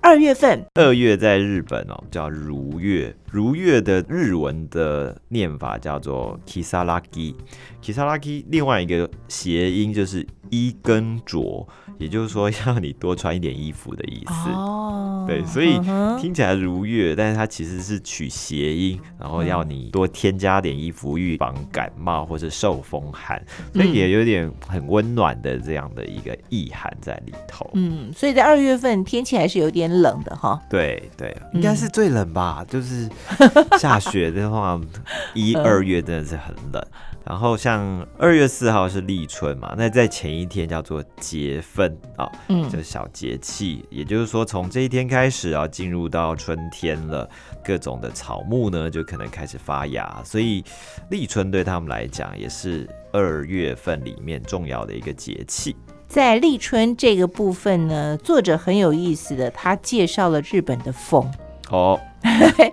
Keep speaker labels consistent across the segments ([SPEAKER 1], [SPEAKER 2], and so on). [SPEAKER 1] 二月份，
[SPEAKER 2] 二月在日本哦，叫如月。如月的日文的念法叫做 kisaragi。kisaragi 另外一个谐音就是衣跟着，也就是说要你多穿一点衣服的意思。
[SPEAKER 1] 哦
[SPEAKER 2] 对所以
[SPEAKER 1] 嗯哼
[SPEAKER 2] 听起来如月，但是它其实是取谐音，然后要你多添加点衣服预防感冒或是受风寒，所
[SPEAKER 1] 嗯
[SPEAKER 2] 以也有点很温暖的这样的一个意涵在里头。
[SPEAKER 1] 嗯，所以在二月份天气还是有点冷的哈。
[SPEAKER 2] 对对，
[SPEAKER 1] 嗯
[SPEAKER 2] 应该是最冷吧，就是下雪的话，一
[SPEAKER 1] 嗯
[SPEAKER 2] 二月真的是很 冷。然后像二月四号是立春嘛，那在前一天叫做节分啊、
[SPEAKER 1] 嗯
[SPEAKER 2] 就是小节气，也就是说从这一天开始啊，进入到春天了，各种的草木呢就可能开始发芽，所以立春对他们来讲也是二月份里面重要的一个节气。
[SPEAKER 1] 在立春这个部分呢，作者很有意思的，他介绍了日本的风，
[SPEAKER 2] 哦，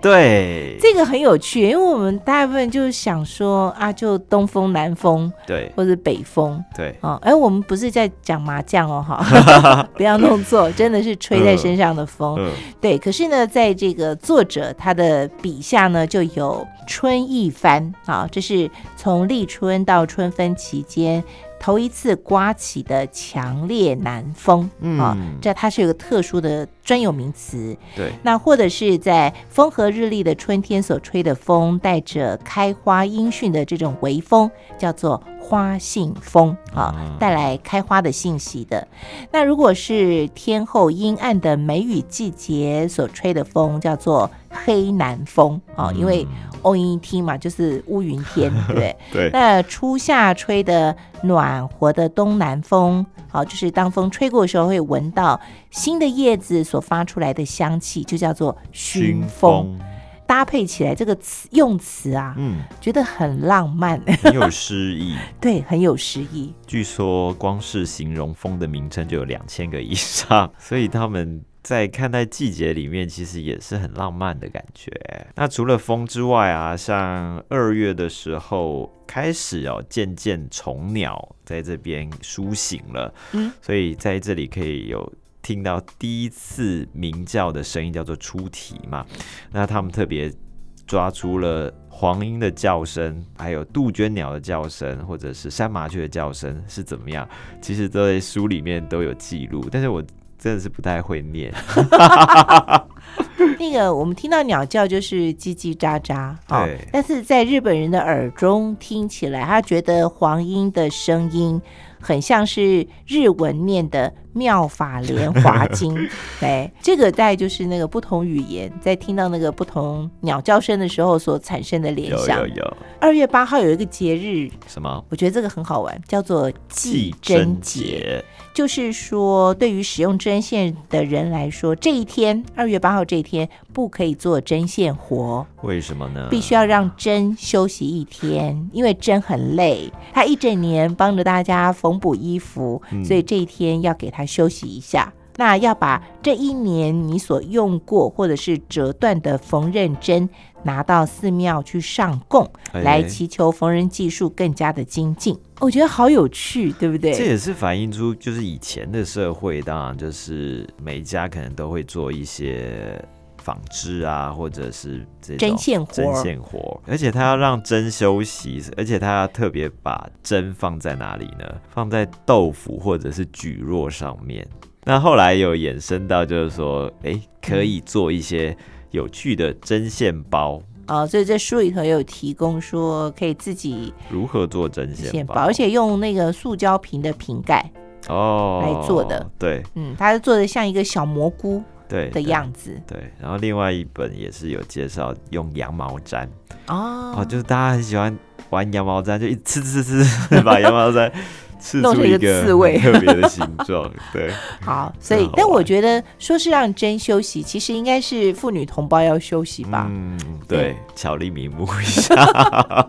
[SPEAKER 2] 对
[SPEAKER 1] 这个很有趣，因为我们大部分就是想说啊，就东风、南风
[SPEAKER 2] 对
[SPEAKER 1] 或者北风
[SPEAKER 2] 对，
[SPEAKER 1] 哦，哎、我们不是在讲麻将哦，哈， 不要弄错，真的是吹在身上的风。
[SPEAKER 2] 嗯，
[SPEAKER 1] 对，可是呢，在这个作者他的笔下呢，就有春一番啊，这是从立春到春分期间头一次刮起的强烈南风啊
[SPEAKER 2] 嗯，
[SPEAKER 1] 这它是有个特殊的专有名词。
[SPEAKER 2] 对，
[SPEAKER 1] 那或者是在风和日丽的春天所吹的风，带着开花音讯的这种微风，叫做花信风啊
[SPEAKER 2] 嗯，
[SPEAKER 1] 带来开花的信息的。那如果是天后阴暗的梅雨季节所吹的风，叫做黑南风啊，因为
[SPEAKER 2] 嗯
[SPEAKER 1] O E T 嘛，就是乌云 天，对不对？
[SPEAKER 2] 对
[SPEAKER 1] 那初夏吹的暖和的东南风，好，就是当风吹过的时候，会闻到新的叶子所发出来的香气，就叫做熏
[SPEAKER 2] 熏
[SPEAKER 1] 风。
[SPEAKER 2] 风，
[SPEAKER 1] 搭配起来这个词用词啊，
[SPEAKER 2] 嗯，
[SPEAKER 1] 觉得很浪漫，
[SPEAKER 2] 很有诗意。
[SPEAKER 1] 对，很有诗意。
[SPEAKER 2] 据说光是形容风的名称就有两千个以上， 所以他们在看待季节里面，其实也是很浪漫的感觉。那除了风之外啊，像二月的时候开始哦，渐渐虫鸟在这边苏醒了，
[SPEAKER 1] 嗯，
[SPEAKER 2] 所以在这里可以有。听到第一次鸣叫的声音叫做出啼嘛，那他们特别抓出了黄莺的叫声，还有杜鹃鸟的叫声，或者是山麻雀的叫声是怎么样？其实都在书里面都有记录，但是我真的是不太会念。
[SPEAKER 1] 那个我们听到鸟叫就是叽叽喳喳，哦
[SPEAKER 2] 对，
[SPEAKER 1] 但是在日本人的耳中听起来，他觉得黄莺的声音很像是日文念的“妙法莲华经” 。 哎，这个大概就是那个不同语言在听到那个不同鸟叫声的时候所产生的联
[SPEAKER 2] 有
[SPEAKER 1] 想
[SPEAKER 2] 有。有，
[SPEAKER 1] 二月八号有一个节日，
[SPEAKER 2] 什么？
[SPEAKER 1] 我觉得这个很好玩，叫做祭真节。就是说，对于使用针线的人来说，这一天二月八号这一天不可以做针线活，
[SPEAKER 2] 为什么呢？
[SPEAKER 1] 必须要让针休息一天，因为针很累，它一整年帮着大家缝补衣服，
[SPEAKER 2] 嗯
[SPEAKER 1] 所以这一天要给它休息一下。那要把这一年你所用过或者是折断的缝纫针拿到寺庙去上供，
[SPEAKER 2] 哎
[SPEAKER 1] 来祈求缝纫技术更加的精进。我觉得好有趣，对不对？
[SPEAKER 2] 这也是反映出，就是以前的社会，当然就是每一家可能都会做一些纺织啊，或者是这种
[SPEAKER 1] 针线活
[SPEAKER 2] 针线活，而且他要让针休息，而且他要特别把针放在哪里呢？放在豆腐或者是蒟蒻上面。那后来有衍生到，就是说，哎，可以做一些有趣的针线包，
[SPEAKER 1] 哦，所以这书里头也有提供说可以自己
[SPEAKER 2] 如何做针线
[SPEAKER 1] 现包，
[SPEAKER 2] 包？
[SPEAKER 1] 而且用那个塑胶瓶的瓶盖，
[SPEAKER 2] 哦，
[SPEAKER 1] 来做的，
[SPEAKER 2] 对
[SPEAKER 1] 嗯，它是做的像一个小蘑菇
[SPEAKER 2] 对
[SPEAKER 1] 的
[SPEAKER 2] 对
[SPEAKER 1] 样子
[SPEAKER 2] 对，然后另外一本也是有介绍用羊毛毡
[SPEAKER 1] 哦
[SPEAKER 2] 哦，就是大家很喜欢玩羊毛毡，就一直刺刺 刺，把羊毛毡刺
[SPEAKER 1] 弄
[SPEAKER 2] 出
[SPEAKER 1] 成一个
[SPEAKER 2] 一个
[SPEAKER 1] 刺猬
[SPEAKER 2] 特别的形状。对，
[SPEAKER 1] 好，所以
[SPEAKER 2] 好
[SPEAKER 1] 但我
[SPEAKER 2] 玩
[SPEAKER 1] 觉得说是让针休息，其实应该是妇女同胞要休息吧。
[SPEAKER 2] 嗯，
[SPEAKER 1] 对
[SPEAKER 2] 对，巧立名目一下，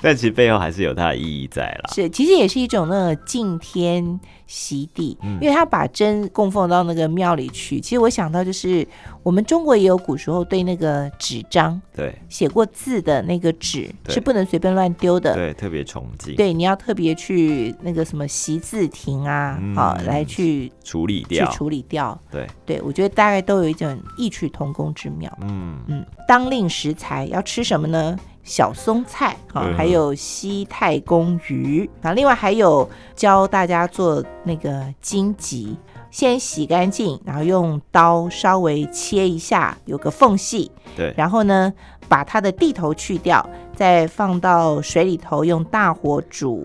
[SPEAKER 2] 但其实背后还是有它的意义在啦。
[SPEAKER 1] 是，其实也是一种那个敬天席地，
[SPEAKER 2] 嗯
[SPEAKER 1] 因为他把针供奉到那个庙里去。其实我想到就是，我们中国也有古时候对那个纸张
[SPEAKER 2] 对
[SPEAKER 1] 写过字的那个纸
[SPEAKER 2] 对
[SPEAKER 1] 是不能随便乱丢的，
[SPEAKER 2] 对，特别崇敬。
[SPEAKER 1] 对，你要特别去那个什什么习字亭啊，
[SPEAKER 2] 嗯
[SPEAKER 1] 好、来去
[SPEAKER 2] 处理
[SPEAKER 1] 去
[SPEAKER 2] 掉，
[SPEAKER 1] 处理掉。
[SPEAKER 2] 对，
[SPEAKER 1] 对，我觉得大概都有一种异曲同工之妙。
[SPEAKER 2] 嗯，
[SPEAKER 1] 嗯，当令食材要吃什么呢？小松菜啊、
[SPEAKER 2] 嗯
[SPEAKER 1] 还有西太公鱼啊，另外还有教大家做那个荆棘，先洗干净，然后用刀稍微切一下，有个缝隙，
[SPEAKER 2] 对，
[SPEAKER 1] 然后呢把它的蒂头去掉，再放到水里头，用大火煮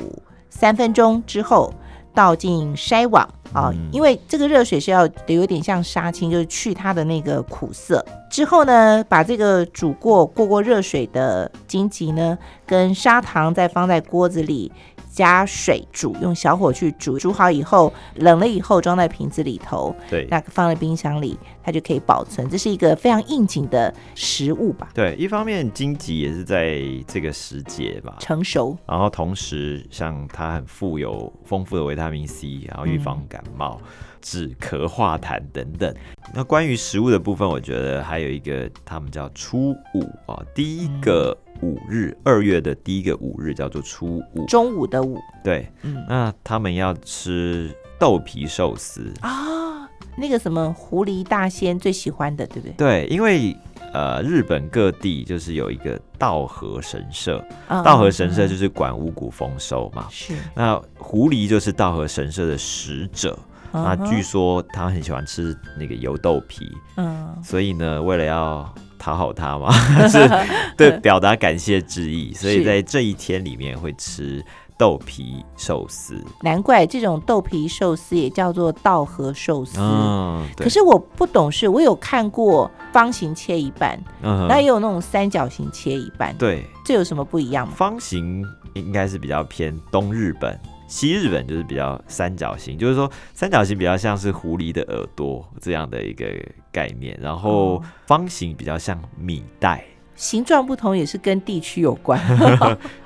[SPEAKER 1] 三分钟之后，倒进筛网啊、
[SPEAKER 2] 嗯
[SPEAKER 1] 因为这个热水是要有点像杀青，就是去它的那个苦涩。之后呢，把这个煮过过过热水的荆棘呢，跟砂糖再放在锅子里。加水煮，用小火去煮，煮好以后冷了以后装在瓶子里头，
[SPEAKER 2] 对，
[SPEAKER 1] 那放在冰箱里，它就可以保存。这是一个非常应景的食物吧，
[SPEAKER 2] 对，一方面荆棘也是在这个时节吧，
[SPEAKER 1] 成熟。
[SPEAKER 2] 然后同时像它很富有丰富的维他命 C，然后预防感冒、止咳化痰等等。那关于食物的部分，我觉得还有一个他们叫初五啊、哦，第一个五日，二月的第一个五日叫做初五。
[SPEAKER 1] 中午的午，
[SPEAKER 2] 对，
[SPEAKER 1] 嗯
[SPEAKER 2] 那他们要吃豆皮寿司，
[SPEAKER 1] 啊，那个什么狐狸大仙最喜欢的，对不对？
[SPEAKER 2] 对，因为呃日本各地就是有一个稻荷神社，
[SPEAKER 1] 啊
[SPEAKER 2] 稻荷神社就是管五谷丰收嘛。
[SPEAKER 1] 是
[SPEAKER 2] 那狐狸就是稻荷神社的使者，
[SPEAKER 1] 嗯
[SPEAKER 2] 那据说他很喜欢吃那个油豆皮，
[SPEAKER 1] 嗯
[SPEAKER 2] 所以呢，为了要讨好他嘛， 是对表达感谢之意，所以
[SPEAKER 1] 是
[SPEAKER 2] 在这一天里面会吃豆皮寿司。
[SPEAKER 1] 难怪这种豆皮寿司也叫做稻荷寿司。
[SPEAKER 2] 嗯，对
[SPEAKER 1] 可，是我不懂事，我有看过方形切一半，
[SPEAKER 2] 嗯
[SPEAKER 1] 那
[SPEAKER 2] 哼，
[SPEAKER 1] 也有那种三角形切一半，
[SPEAKER 2] 对，
[SPEAKER 1] 这有什么不一样吗？
[SPEAKER 2] 方形应该是比较偏东日本，西日本就是比较三角形，就是说三角形比较像是狐狸的耳朵这样的一个概念，然后
[SPEAKER 1] 哦
[SPEAKER 2] 方形比较像米袋。
[SPEAKER 1] 形状不同也是跟地区有 关。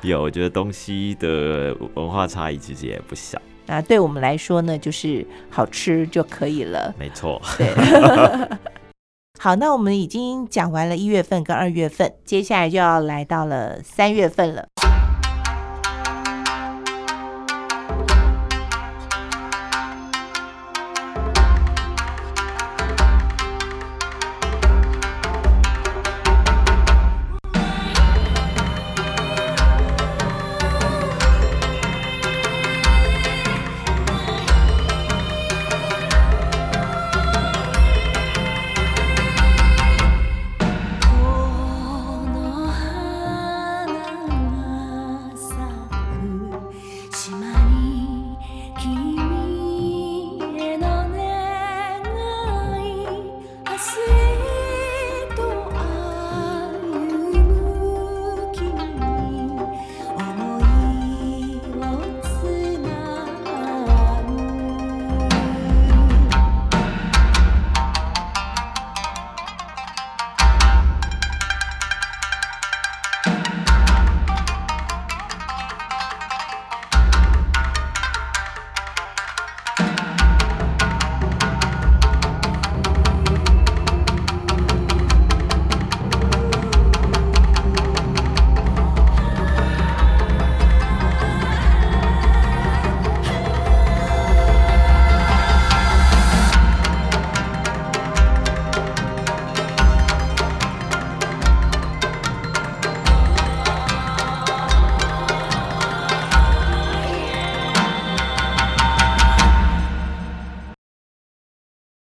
[SPEAKER 2] 有，我觉得东西的文化差异其实也不小。
[SPEAKER 1] 那对我们来说呢，就是好吃就可以了。
[SPEAKER 2] 没错，
[SPEAKER 1] 对。好，那我们已经讲完了一月份跟二月份，接下来就要来到了三月份了。